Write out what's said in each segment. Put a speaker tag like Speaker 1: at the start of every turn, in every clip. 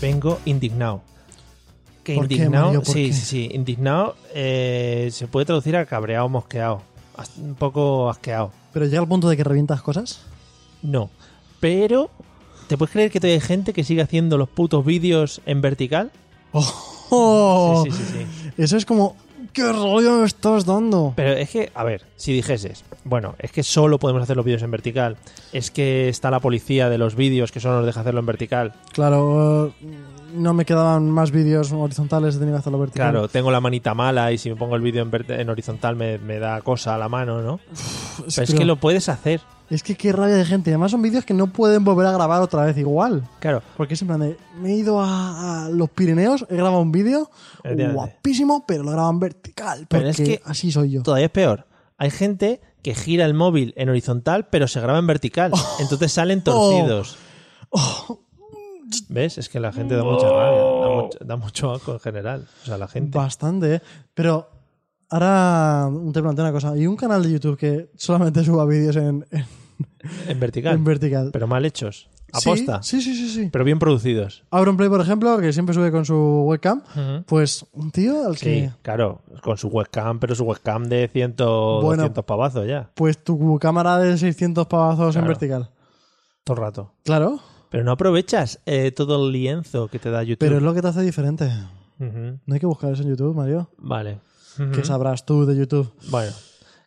Speaker 1: vengo indignado. Que
Speaker 2: ¿Por qué,
Speaker 1: indignado,
Speaker 2: Mario? ¿Por
Speaker 1: sí,
Speaker 2: qué?
Speaker 1: sí, sí, indignado eh, se puede traducir a cabreado, mosqueado, as- un poco asqueado.
Speaker 2: Pero llega al punto de que revientas cosas.
Speaker 1: No, pero ¿te puedes creer que todavía hay gente que sigue haciendo los putos vídeos en vertical?
Speaker 2: ¡Oh!
Speaker 1: Sí, sí, sí, sí.
Speaker 2: Eso es como, ¿qué rollo me estás dando?
Speaker 1: Pero es que, a ver, si dijeses, bueno, es que solo podemos hacer los vídeos en vertical, es que está la policía de los vídeos que solo nos deja hacerlo en vertical,
Speaker 2: Claro, eh, no me quedaban más vídeos horizontales, tenía que hacerlo vertical.
Speaker 1: Claro, tengo la manita mala y si me pongo el vídeo en, vert- en horizontal me, me da cosa a la mano, ¿no?
Speaker 2: es,
Speaker 1: Pero es que lo puedes hacer,
Speaker 2: es que qué rabia de gente. Además son vídeos que no pueden volver a grabar otra vez igual.
Speaker 1: claro.
Speaker 2: Porque es en plan de, me he ido a, a los Pirineos, he grabado un vídeo
Speaker 1: Efectivamente.
Speaker 2: guapísimo, pero lo graban vertical. Porque
Speaker 1: Pero es que-
Speaker 2: así soy yo.
Speaker 1: Todavía es peor. Hay gente que gira el móvil en horizontal pero se graba en vertical.
Speaker 2: Oh.
Speaker 1: Entonces salen torcidos. ¿Ves? Es que la gente da mucha rabia. Da
Speaker 2: Oh.
Speaker 1: mucho, da mucho asco en general. O sea, la gente...
Speaker 2: Bastante, ¿eh? Pero ahora te planteo una cosa. ¿Y un canal de YouTube que solamente suba vídeos en, en-
Speaker 1: En vertical.
Speaker 2: en vertical?
Speaker 1: Pero mal hechos.
Speaker 2: Sí,
Speaker 1: Aposta.
Speaker 2: Sí, sí, sí, sí.
Speaker 1: Pero bien producidos.
Speaker 2: Auronplay, por ejemplo, que siempre sube con su webcam,
Speaker 1: Ujú.
Speaker 2: pues un tío al
Speaker 1: Sí,
Speaker 2: que...
Speaker 1: claro. Con su webcam, pero su webcam de 100,
Speaker 2: Bueno.
Speaker 1: 200 pavazos ya.
Speaker 2: Pues tu cámara de 600 pavazos en
Speaker 1: Claro.
Speaker 2: vertical.
Speaker 1: Todo el rato.
Speaker 2: Claro,
Speaker 1: Pero no aprovechas eh, todo el lienzo que te da YouTube.
Speaker 2: pero es lo que te hace diferente.
Speaker 1: Ujú,
Speaker 2: No hay que buscar eso en YouTube, Mario.
Speaker 1: Vale.
Speaker 2: ¿Qué
Speaker 1: Ujú.
Speaker 2: sabrás tú de YouTube?
Speaker 1: Bueno.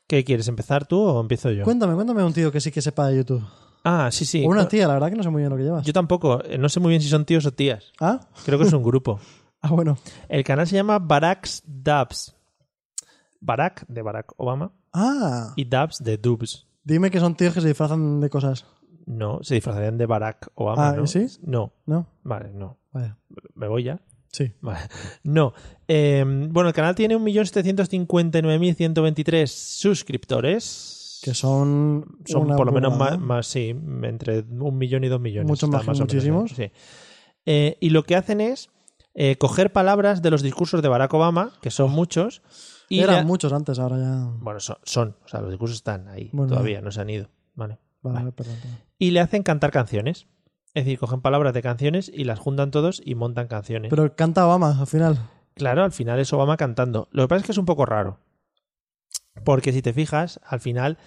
Speaker 1: ¿Qué quieres? ¿Empezar tú o empiezo yo?
Speaker 2: Cuéntame, cuéntame un tío que sí que sepa de YouTube.
Speaker 1: Ah, sí, sí.
Speaker 2: o una tía, la verdad que no sé muy bien lo que llevas.
Speaker 1: Yo tampoco. Eh, No sé muy bien si son tíos o tías.
Speaker 2: ¿Ah?
Speaker 1: Creo que es un grupo.
Speaker 2: ah, bueno.
Speaker 1: El canal se llama Barack's Dubs. Barack, de Barack Obama,
Speaker 2: Ah,
Speaker 1: y Dubs, de Dubs.
Speaker 2: dime que son tíos que se disfrazan de cosas,
Speaker 1: No, se disfrazarían de Barack Obama,
Speaker 2: Ah,
Speaker 1: ¿no?
Speaker 2: ¿sí?
Speaker 1: No.
Speaker 2: ¿no?
Speaker 1: Vale, no.
Speaker 2: Vaya,
Speaker 1: ¿Me voy ya?
Speaker 2: sí.
Speaker 1: Vale. No. Eh, bueno, el canal tiene 1.759.123 suscriptores.
Speaker 2: Que son,
Speaker 1: son
Speaker 2: una
Speaker 1: por lo menos
Speaker 2: burrada,
Speaker 1: más,
Speaker 2: ¿no?
Speaker 1: más, sí, entre un millón y dos millones.
Speaker 2: Mucho
Speaker 1: está
Speaker 2: más que
Speaker 1: o menos ahí,
Speaker 2: muchísimos.
Speaker 1: sí. Eh, y lo que hacen es eh, coger palabras de los discursos de Barack Obama, que son muchos, y
Speaker 2: Eran
Speaker 1: la-
Speaker 2: muchos antes, ahora ya...
Speaker 1: bueno, son, son, o sea, los discursos están ahí
Speaker 2: Bueno,
Speaker 1: todavía, no se han ido. Vale.
Speaker 2: Vale,
Speaker 1: Vale.
Speaker 2: perdón, perdón.
Speaker 1: Y le hacen cantar canciones. Es decir, cogen palabras de canciones y las juntan todos y montan canciones.
Speaker 2: Pero canta Obama al final.
Speaker 1: Claro, al final es Obama cantando. Lo que pasa es que es un poco raro. Porque si te fijas, al final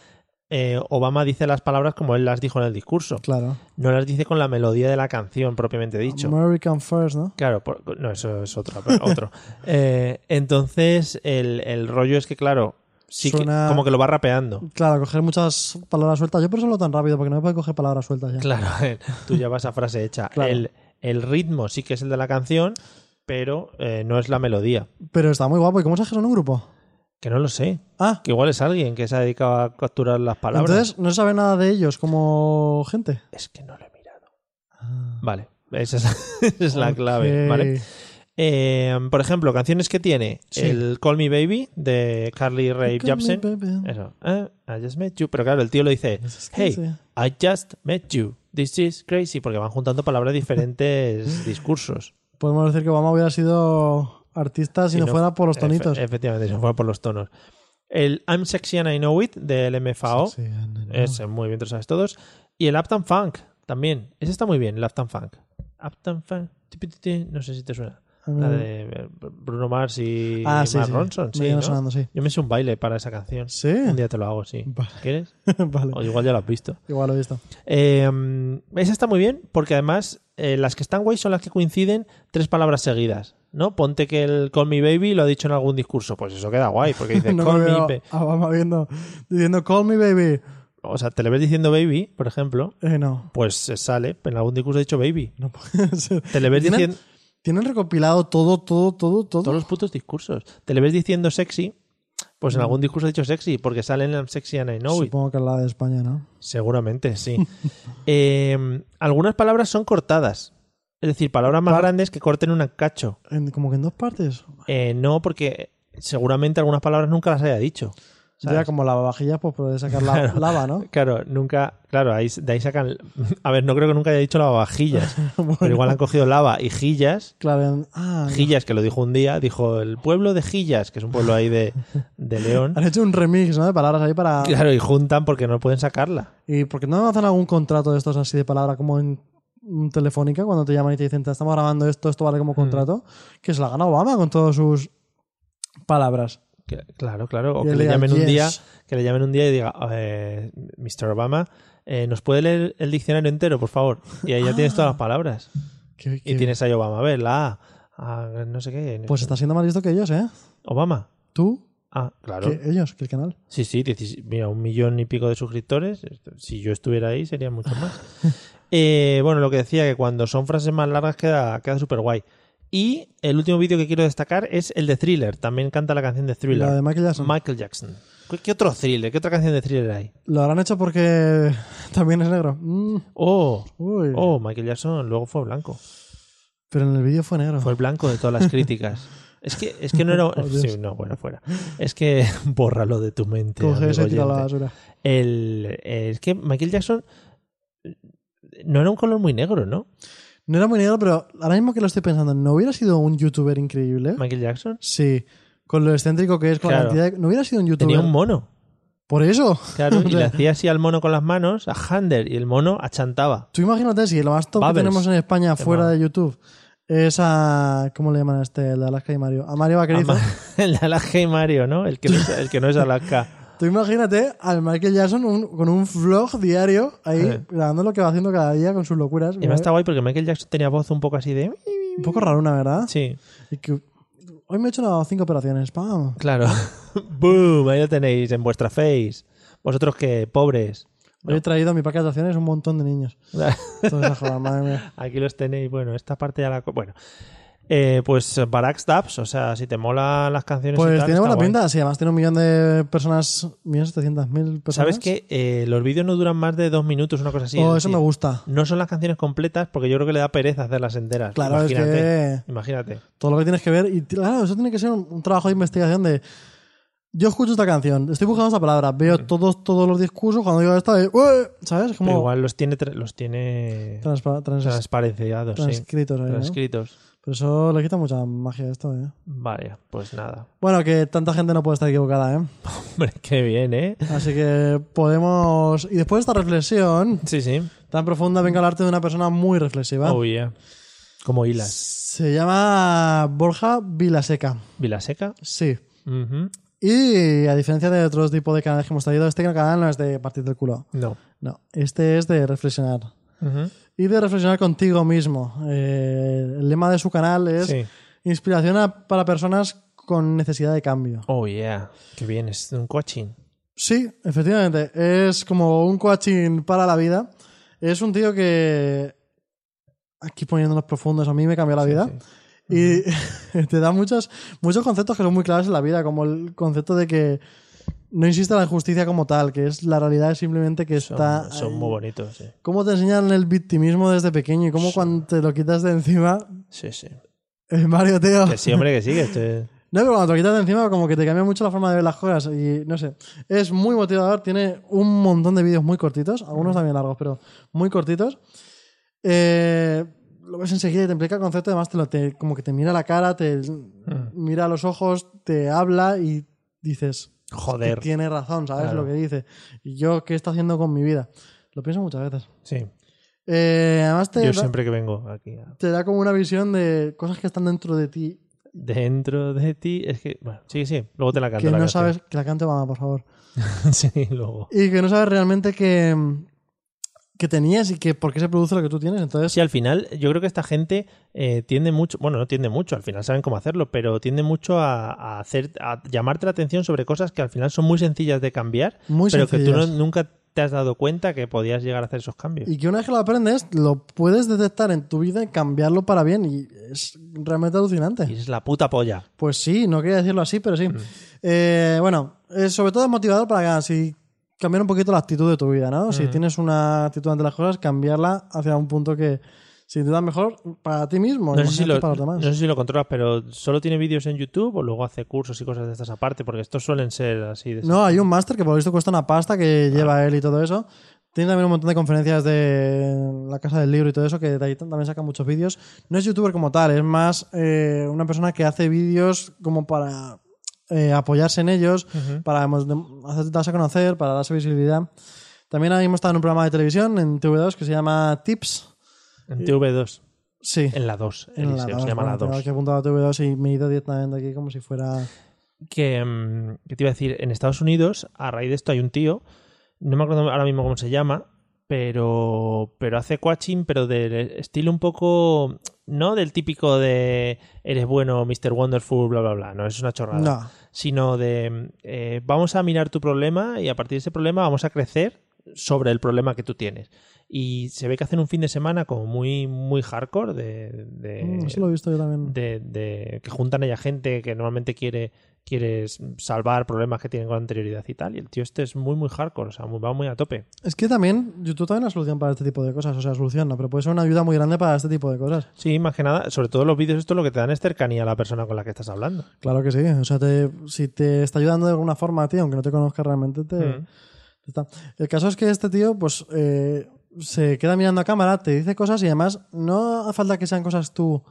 Speaker 1: eh, Obama dice las palabras como él las dijo en el discurso.
Speaker 2: Claro.
Speaker 1: No las dice con la melodía de la canción propiamente dicho.
Speaker 2: American First, ¿no?
Speaker 1: Claro, por- no, eso es otro. otro. Eh, entonces, el, el rollo es que, claro, sí que-
Speaker 2: Suena-
Speaker 1: como que lo va rapeando.
Speaker 2: Claro, coger muchas palabras sueltas. Yo por eso lo tan rápido, porque no me puedo coger palabras sueltas ya.
Speaker 1: Claro, el- tú ya vas a frase hecha.
Speaker 2: Claro.
Speaker 1: El, el ritmo sí que es el de la canción, pero eh, no es la melodía.
Speaker 2: Pero está muy guapo. ¿Y cómo se hace en un grupo?
Speaker 1: Que no lo sé.
Speaker 2: Ah,
Speaker 1: Que igual es alguien que se ha dedicado a capturar las palabras.
Speaker 2: entonces no se sabe nada de ellos como gente.
Speaker 1: Es que no lo he mirado. Vale, esa es, esa es la clave.
Speaker 2: Ah, Ok.
Speaker 1: ¿vale? Eh, por ejemplo, canciones que tiene
Speaker 2: Sí.
Speaker 1: el Call Me Baby de Carly Rae
Speaker 2: Look at me,
Speaker 1: Jepsen.
Speaker 2: baby.
Speaker 1: Eso. eh, I just met you. Pero claro, el tío lo dice,
Speaker 2: This is
Speaker 1: hey,
Speaker 2: crazy.
Speaker 1: I just met you. This is crazy. Porque van juntando palabras de diferentes discursos.
Speaker 2: Podemos decir que Obama hubiera sido artista si
Speaker 1: Si
Speaker 2: no,
Speaker 1: no-
Speaker 2: fuera por los
Speaker 1: Efe-
Speaker 2: tonitos.
Speaker 1: efectivamente, se fue por los tonos. El I'm Sexy and I Know It del MFAO.
Speaker 2: Sí, no, no.
Speaker 1: Ese, muy bien, te lo sabes todos. Y el Uptown Funk también. Ese está muy bien, el Uptown Funk. Uptown Funk. ti, pi, ti, ti, No sé si te suena. La de eh, Bruno Mars y
Speaker 2: Mm. Ah,
Speaker 1: Mark
Speaker 2: sí, sí.
Speaker 1: Ronson.
Speaker 2: Me
Speaker 1: Sí,
Speaker 2: viene
Speaker 1: ¿no?
Speaker 2: sonando, sí.
Speaker 1: Yo me hice un baile para esa canción.
Speaker 2: ¿Sí?
Speaker 1: Un día te lo hago, sí.
Speaker 2: Vale.
Speaker 1: ¿Quieres?
Speaker 2: vale.
Speaker 1: O igual ya lo has visto.
Speaker 2: Igual lo he visto.
Speaker 1: Eh, esa está muy bien porque además eh, las que están guay son las que coinciden tres palabras seguidas. ¿no? Ponte que el Call Me Baby lo ha dicho en algún discurso. Pues eso queda guay porque dice
Speaker 2: No me
Speaker 1: Call Me
Speaker 2: veo
Speaker 1: Baby.
Speaker 2: a Obama viendo, diciendo Call me baby.
Speaker 1: O sea, te le ves diciendo Baby, por ejemplo,
Speaker 2: Eh, no.
Speaker 1: pues se sale. En algún discurso ha dicho Baby.
Speaker 2: No puede ser.
Speaker 1: Te le ves
Speaker 2: ¿Tienen?
Speaker 1: diciendo
Speaker 2: Tienen recopilado todo, todo, todo, todo.
Speaker 1: todos los putos discursos. Te le ves diciendo sexy. Pues en algún discurso ha dicho sexy porque sale en I'm Sexy and I Know It.
Speaker 2: Supongo que es la de España, ¿no?
Speaker 1: Seguramente, sí. Eh, algunas palabras son cortadas. Es decir, palabras más
Speaker 2: Par-
Speaker 1: grandes que corten un cacho.
Speaker 2: En- como que en dos partes.
Speaker 1: Eh, no, porque seguramente algunas palabras nunca las haya dicho. ¿sabes?
Speaker 2: Ya como lavavajillas, pues puede sacar la,
Speaker 1: Claro.
Speaker 2: lava, ¿no?
Speaker 1: Claro, nunca. Claro, ahí, de ahí sacan. A ver, no creo que nunca haya dicho lavavajillas. Pero
Speaker 2: Bueno,
Speaker 1: igual han cogido lava y jillas.
Speaker 2: Claro, en- ah,
Speaker 1: Gillas, que lo dijo un día, dijo el pueblo de Gillas, que es un pueblo ahí de, de León.
Speaker 2: han hecho un remix, ¿no? De palabras ahí para.
Speaker 1: Claro, y juntan porque no pueden sacarla.
Speaker 2: ¿Y por qué no hacen algún contrato de estos así de palabra como en mm, telefónica cuando te llaman y te dicen, te estamos grabando esto, esto vale
Speaker 1: Mm.
Speaker 2: como contrato, que se la gana Obama con todas sus palabras.
Speaker 1: Que- claro, claro. O
Speaker 2: Y
Speaker 1: que le
Speaker 2: lea,
Speaker 1: llamen un
Speaker 2: "Yes".
Speaker 1: día, que le llamen un día y diga, eh, Mr. Obama, eh, ¿nos puede leer el diccionario entero, por favor? Y ahí ya tienes todas
Speaker 2: Ah.
Speaker 1: las palabras.
Speaker 2: Que-
Speaker 1: Y
Speaker 2: que-
Speaker 1: tienes ahí Obama, a ver, la A, a no sé qué.
Speaker 2: Pues está siendo más listo que ellos, ¿eh?
Speaker 1: Obama.
Speaker 2: Tú,
Speaker 1: Ah, claro.
Speaker 2: que eh, ellos, que el canal.
Speaker 1: Sí, sí, 16 mira, un millón y pico de suscriptores. Esto- Si yo estuviera ahí, sería mucho más. Eh, bueno, lo que decía, que cuando son frases más largas queda, queda súper guay. Y el último vídeo que quiero destacar es el de Thriller. También canta la canción de Thriller.
Speaker 2: La de Michael Jackson.
Speaker 1: Michael Jackson. ¿Qué, qué otro thriller? ¿Qué otra canción de thriller hay?
Speaker 2: Lo habrán hecho porque también es negro. Mm,
Speaker 1: Oh,
Speaker 2: uy.
Speaker 1: oh, Michael Jackson luego fue blanco.
Speaker 2: Pero en el vídeo fue negro.
Speaker 1: Fue el blanco de todas las críticas. Es que, es que no era.
Speaker 2: Oh, Dios.
Speaker 1: sí, no, bueno, fuera. Es que bórralo de tu mente.
Speaker 2: Coge
Speaker 1: amigo
Speaker 2: ese y tira a la
Speaker 1: oyente.
Speaker 2: basura.
Speaker 1: El- eh, es que Michael Jackson no era un color muy negro, ¿no?
Speaker 2: No era muy negro, pero ahora mismo que lo estoy pensando, ¿no hubiera sido un youtuber increíble?
Speaker 1: Michael Jackson
Speaker 2: Sí. Con lo excéntrico que es, con
Speaker 1: Claro.
Speaker 2: la cantidad de- ¿No hubiera sido un youtuber?
Speaker 1: tenía un mono.
Speaker 2: Por eso.
Speaker 1: Claro, y le hacía así al mono con las manos, a Hander, y el mono achantaba.
Speaker 2: Tú imagínate si lo más top
Speaker 1: Bubbles.
Speaker 2: que tenemos en España fuera
Speaker 1: Tema.
Speaker 2: de YouTube es a... ¿Cómo le llaman a este? El de Alaska y Mario. A Mario Vaquerizo.
Speaker 1: Ama- El Alaska y Mario, ¿no? El que no es, el que no es Alaska.
Speaker 2: Tú imagínate al Michael Jackson un- con un vlog diario ahí
Speaker 1: Sí.
Speaker 2: grabando lo que va haciendo cada día con sus locuras.
Speaker 1: Eh. Y me está guay porque Michael Jackson tenía voz un poco así de.
Speaker 2: Un poco raro, una verdad.
Speaker 1: Sí,
Speaker 2: Y que- Hoy me he hecho unas cinco operaciones, pam.
Speaker 1: claro. ¡Boom! Ahí lo tenéis en vuestra face. Vosotros que pobres.
Speaker 2: Hoy he traído a mi parque de atracciones un montón de niños. Toda esa joda, madre mía.
Speaker 1: Aquí los tenéis. Bueno, esta parte ya la. co- Bueno. Eh, pues Barack Stabs, o sea, si te mola las canciones. y
Speaker 2: Pues
Speaker 1: tal,
Speaker 2: tiene
Speaker 1: está
Speaker 2: buena
Speaker 1: guay.
Speaker 2: pinta, sí, además tiene un millón de personas, millón setecientas mil personas.
Speaker 1: ¿Sabes que los vídeos no duran más de dos minutos, una cosa así?
Speaker 2: oh,
Speaker 1: es
Speaker 2: eso
Speaker 1: decir,
Speaker 2: me gusta.
Speaker 1: No son las canciones completas porque yo creo que le da pereza hacerlas enteras.
Speaker 2: Claro, es
Speaker 1: imagínate.
Speaker 2: que
Speaker 1: Imagínate.
Speaker 2: todo lo que tienes que ver, y claro, eso tiene que ser un, un trabajo de investigación de... Yo escucho esta canción, estoy buscando esta palabra, veo todos, todos los discursos, cuando digo esta, eh, ¡Ueh! ¿sabes?
Speaker 1: Pero
Speaker 2: Es Como
Speaker 1: igual los tiene, tra- los tiene
Speaker 2: transpa- trans-
Speaker 1: transparenciados, sí.
Speaker 2: transcritos ahí, ¿no?
Speaker 1: Transcritos.
Speaker 2: Pero eso le quita mucha magia a esto, ¿eh?
Speaker 1: Vale, pues nada.
Speaker 2: Bueno, que tanta gente no puede estar equivocada, ¿eh?
Speaker 1: Hombre, qué bien, ¿eh?
Speaker 2: Así que podemos... Y después de esta reflexión
Speaker 1: Sí, sí.
Speaker 2: tan profunda, vengo a hablarte de una persona muy reflexiva.
Speaker 1: Oh, yeah. Como hilas.
Speaker 2: Se llama Borja Vilaseca.
Speaker 1: Vilaseca.
Speaker 2: Sí.
Speaker 1: Ujú.
Speaker 2: Y a diferencia de otros tipos de canales que hemos traído, este canal no es de partir del culo.
Speaker 1: No.
Speaker 2: No, este es de reflexionar.
Speaker 1: Ujú.
Speaker 2: Y de reflexionar contigo mismo. Eh, el lema de su canal es
Speaker 1: Sí.
Speaker 2: inspiración a- para personas con necesidad de cambio.
Speaker 1: Oh, yeah. Qué bien, es un coaching.
Speaker 2: Sí, efectivamente. Es como un coaching para la vida. Es un tío que. Aquí poniéndonos profundos, a mí me cambió la vida. Y te da muchos, muchos conceptos que son muy claros en la vida, como el concepto de que no existe la injusticia como tal, que es la realidad es simplemente que
Speaker 1: Son,
Speaker 2: está.
Speaker 1: son
Speaker 2: ahí.
Speaker 1: muy bonitos, sí.
Speaker 2: Cómo te enseñan el victimismo desde pequeño y cómo cuando te lo quitas de encima.
Speaker 1: Sí, sí.
Speaker 2: Eh, Mario, tío.
Speaker 1: Que sí, hombre, que sí, que estoy-
Speaker 2: No, pero cuando te lo quitas de encima, como que te cambia mucho la forma de ver las cosas. Y no sé. Es muy motivador. Tiene un montón de vídeos muy cortitos. Algunos también largos, pero muy cortitos. Eh, lo ves enseguida y te implica el concepto. Además, te lo, te- como que te mira la cara, te
Speaker 1: Mm.
Speaker 2: mira a los ojos, te habla y dices.
Speaker 1: Joder.
Speaker 2: Tiene razón, ¿sabes
Speaker 1: Claro.
Speaker 2: lo que dice? ¿Y yo qué está haciendo con mi vida? Lo pienso muchas veces.
Speaker 1: Sí.
Speaker 2: Eh, además, te
Speaker 1: Yo
Speaker 2: da-
Speaker 1: siempre que vengo aquí. a-
Speaker 2: te da como una visión de cosas que están dentro de ti
Speaker 1: Dentro de ti. Es que. Bueno, sí, sí. Luego te la canto.
Speaker 2: que
Speaker 1: la
Speaker 2: no
Speaker 1: canción.
Speaker 2: sabes. Que la cante, mamá, por favor.
Speaker 1: sí, luego.
Speaker 2: y que no sabes realmente que, que tenías y que por qué se produce lo que tú tienes. Entonces,
Speaker 1: Sí, al final yo creo que esta gente eh, tiende mucho, bueno, no tiende mucho, al final saben cómo hacerlo, pero tiende mucho a, a hacer, a llamarte la atención sobre cosas que al final son muy sencillas de cambiar,
Speaker 2: muy
Speaker 1: pero que
Speaker 2: sencillas.
Speaker 1: tú no- nunca te has dado cuenta que podías llegar a hacer esos cambios.
Speaker 2: Y que una vez que lo aprendes, lo puedes detectar en tu vida y cambiarlo para bien. Y es realmente alucinante.
Speaker 1: Y Mm. es la puta polla.
Speaker 2: Pues sí, no quería decirlo así, pero sí. Eh, bueno, eh, sobre todo es motivador para que si cambiar un poquito la actitud de tu vida, ¿no?
Speaker 1: Mm.
Speaker 2: Si tienes una actitud ante las cosas, cambiarla hacia un punto que si te da mejor para ti mismo,
Speaker 1: No sé, si
Speaker 2: imagínate
Speaker 1: lo,
Speaker 2: para los demás.
Speaker 1: no sé si lo controlas, pero solo tiene vídeos en YouTube o luego hace cursos y cosas de estas aparte, porque estos suelen ser así. De
Speaker 2: No, hay un máster que por lo visto cuesta una pasta que
Speaker 1: Ah.
Speaker 2: lleva él y todo eso. Tiene también un montón de conferencias de la Casa del Libro y todo eso, que de ahí también saca muchos vídeos. No es youtuber como tal, es más eh, una persona que hace vídeos como para eh, apoyarse en ellos,
Speaker 1: Ujú.
Speaker 2: para mos- hacer- darse a conocer, para darse visibilidad. También ahora mismo está en un programa de televisión en TV2 que se llama Tips,
Speaker 1: En TV2.
Speaker 2: Sí.
Speaker 1: En la 2,
Speaker 2: en la
Speaker 1: Eliseo,
Speaker 2: dos,
Speaker 1: se llama la
Speaker 2: bueno, tengo
Speaker 1: 2.
Speaker 2: aquí apuntado TV2 y me he ido directamente aquí como si fuera.
Speaker 1: que, mm, que te iba a decir, en Estados Unidos, a raíz de esto hay un tío, no me acuerdo ahora mismo cómo se llama, pero, pero hace coaching, pero del estilo un poco, no del típico de eres bueno, Mr. Wonderful, bla, bla, bla, no, eso es una chorrada,
Speaker 2: No.
Speaker 1: sino de eh, vamos a mirar tu problema y a partir de ese problema vamos a crecer sobre el problema que tú tienes. Y se ve que hacen un fin de semana como muy, muy hardcore de, de-
Speaker 2: Mm, Eso lo he visto yo también.
Speaker 1: de, de- que juntan a ella gente que normalmente quiere quieres salvar problemas que tienen con anterioridad y tal. Y el tío este es muy, muy hardcore, o sea, muy- va muy a tope.
Speaker 2: Es que también YouTube también es una solución para este tipo de cosas. O sea, solución no, pero puede ser una ayuda muy grande para este tipo de cosas.
Speaker 1: Sí, más que nada, sobre todo los vídeos, esto lo que te dan es cercanía a la persona con la que estás hablando.
Speaker 2: Claro que sí. O sea, te- si te está ayudando de alguna forma a ti, aunque no te conozca realmente, te,
Speaker 1: Mm.
Speaker 2: te está- El caso es que este tío, pues, eh, se queda mirando a cámara, te dice cosas y además no hace falta que sean cosas tú.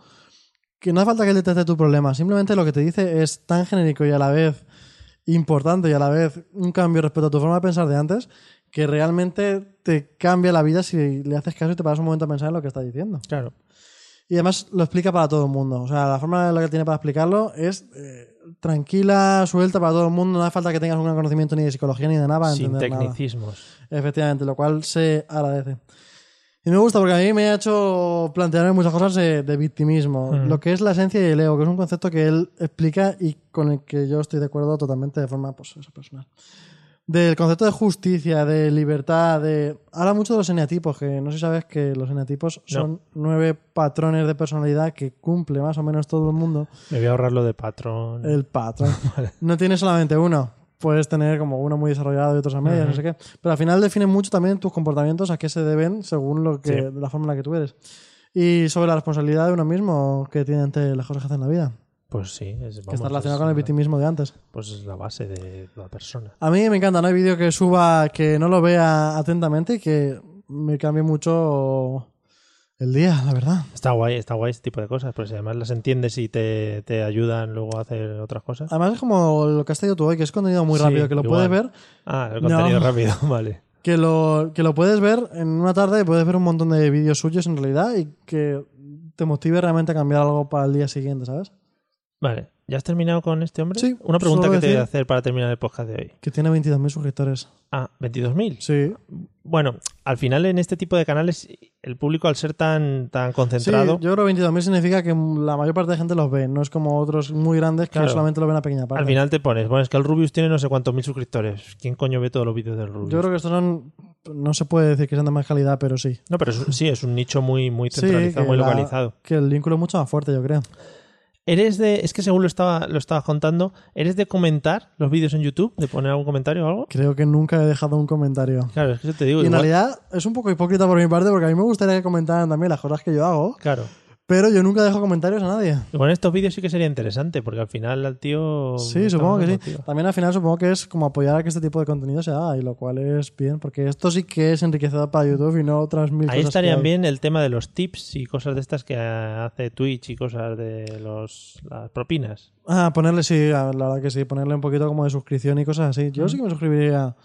Speaker 2: Que no hace falta que él detecte tu problema. Simplemente lo que te dice es tan genérico y a la vez importante y a la vez un cambio respecto a tu forma de pensar de antes que realmente te cambia la vida si le haces caso y te paras un momento a pensar en lo que está diciendo.
Speaker 1: Claro.
Speaker 2: Y además lo explica para todo el mundo. O sea, la forma en la que tiene para explicarlo es eh, tranquila, suelta para todo el mundo. No hace falta que tengas un gran conocimiento ni de psicología ni de nada para
Speaker 1: Sin
Speaker 2: entender nada.
Speaker 1: tecnicismos.
Speaker 2: Efectivamente, lo cual se agradece. Y me gusta porque a mí me ha hecho plantearme muchas cosas de, de victimismo.
Speaker 1: Ujú.
Speaker 2: Lo que es la esencia y el ego, que es un concepto que él explica y con el que yo estoy de acuerdo totalmente de forma pues, eso, personal. Del concepto de justicia, de libertad, de... Habla mucho de los eneatipos, que no sé si sabes que los eneatipos
Speaker 1: No.
Speaker 2: son nueve patrones de personalidad que cumple más o menos todo el mundo.
Speaker 1: Me voy a ahorrar lo de patrón.
Speaker 2: El patrón. No tienes solamente uno. Puedes tener como uno muy desarrollado y otros a medias,
Speaker 1: Ujú.
Speaker 2: no sé qué. Pero al final definen mucho también tus comportamientos a qué se deben según lo que, la forma en la que tú eres. Y sobre la responsabilidad de uno mismo que tiene ante las cosas que hace en la vida.
Speaker 1: Pues sí, es,
Speaker 2: que
Speaker 1: vamos,
Speaker 2: está relacionado
Speaker 1: es
Speaker 2: con el
Speaker 1: la-
Speaker 2: victimismo de antes.
Speaker 1: Pues es la base de la persona.
Speaker 2: A mí me encanta, no hay vídeo que suba que no lo vea atentamente y que me cambie mucho el día, la verdad.
Speaker 1: Está guay, está guay este tipo de cosas, pero si además las entiendes y te, te ayudan luego a hacer otras cosas.
Speaker 2: Además es como lo que has traído tú hoy, que es contenido muy
Speaker 1: Sí,
Speaker 2: rápido, que lo
Speaker 1: igual.
Speaker 2: puedes ver
Speaker 1: Ah, el
Speaker 2: No.
Speaker 1: contenido rápido, vale.
Speaker 2: que lo, que lo puedes ver en una tarde y puedes ver un montón de vídeos suyos en realidad y que te motive realmente a cambiar algo para el día siguiente, ¿sabes?
Speaker 1: Vale, ¿ya has terminado con este hombre?
Speaker 2: Sí,
Speaker 1: Una pregunta
Speaker 2: solo
Speaker 1: que te voy a
Speaker 2: decir-
Speaker 1: hacer para terminar el podcast de hoy.
Speaker 2: Que tiene 22.000 suscriptores.
Speaker 1: Ah, 22.000.
Speaker 2: Sí.
Speaker 1: Bueno, al final en este tipo de canales el público al ser tan, tan
Speaker 2: Sí,
Speaker 1: concentrado...
Speaker 2: yo creo que 22.000 significa que la mayor parte de gente los ve, no es como otros muy grandes que
Speaker 1: Claro.
Speaker 2: solamente lo ven a pequeña parte.
Speaker 1: Al final te pones, bueno, es que el Rubius tiene no sé cuántos mil suscriptores. ¿Quién coño ve todos los vídeos del Rubius?
Speaker 2: Yo creo que estos son, no se puede decir que sean de más calidad, pero sí.
Speaker 1: No, pero es un- sí, es un nicho muy, muy
Speaker 2: Sí,
Speaker 1: centralizado,
Speaker 2: que
Speaker 1: muy
Speaker 2: la-
Speaker 1: localizado.
Speaker 2: Que el vínculo es mucho más fuerte, yo creo.
Speaker 1: ¿Eres de, es que según lo estaba, lo estabas contando, ¿eres de comentar los vídeos en YouTube? ¿De poner algún comentario o algo?
Speaker 2: Creo que nunca he dejado un comentario.
Speaker 1: Claro, es que eso te digo.
Speaker 2: Y en
Speaker 1: igual-
Speaker 2: realidad es un poco hipócrita por mi parte porque a mí me gustaría que comentaran también las cosas que yo hago,
Speaker 1: Claro.
Speaker 2: pero yo nunca dejo comentarios a nadie.
Speaker 1: Igual en estos vídeos sí que sería interesante, porque al final al tío...
Speaker 2: Sí,
Speaker 1: Oh, está
Speaker 2: supongo que sí.
Speaker 1: hablando contigo.
Speaker 2: También al final supongo que es como apoyar a que este tipo de contenido se haga, y lo cual es bien, porque esto sí que es enriquecedor para YouTube y no otras mil
Speaker 1: Ahí
Speaker 2: cosas. que
Speaker 1: estarían
Speaker 2: hay.
Speaker 1: bien el tema de los tips y cosas de estas que hace Twitch y cosas de los, las propinas.
Speaker 2: Ah, ponerle, sí, la verdad que sí, ponerle un poquito como de suscripción y cosas así. Yo sí que me suscribiría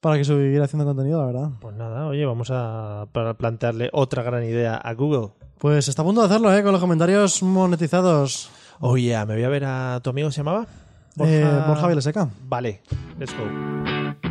Speaker 2: para que siguiera haciendo contenido, la verdad.
Speaker 1: Pues nada, oye, vamos a para plantearle otra gran idea a Google.
Speaker 2: Pues está a punto de hacerlo, ¿eh? Con los comentarios monetizados.
Speaker 1: Oye, me voy a ver a tu amigo, ¿se llamaba?
Speaker 2: Eh, Borja Vilaseca.
Speaker 1: Vale, let's go.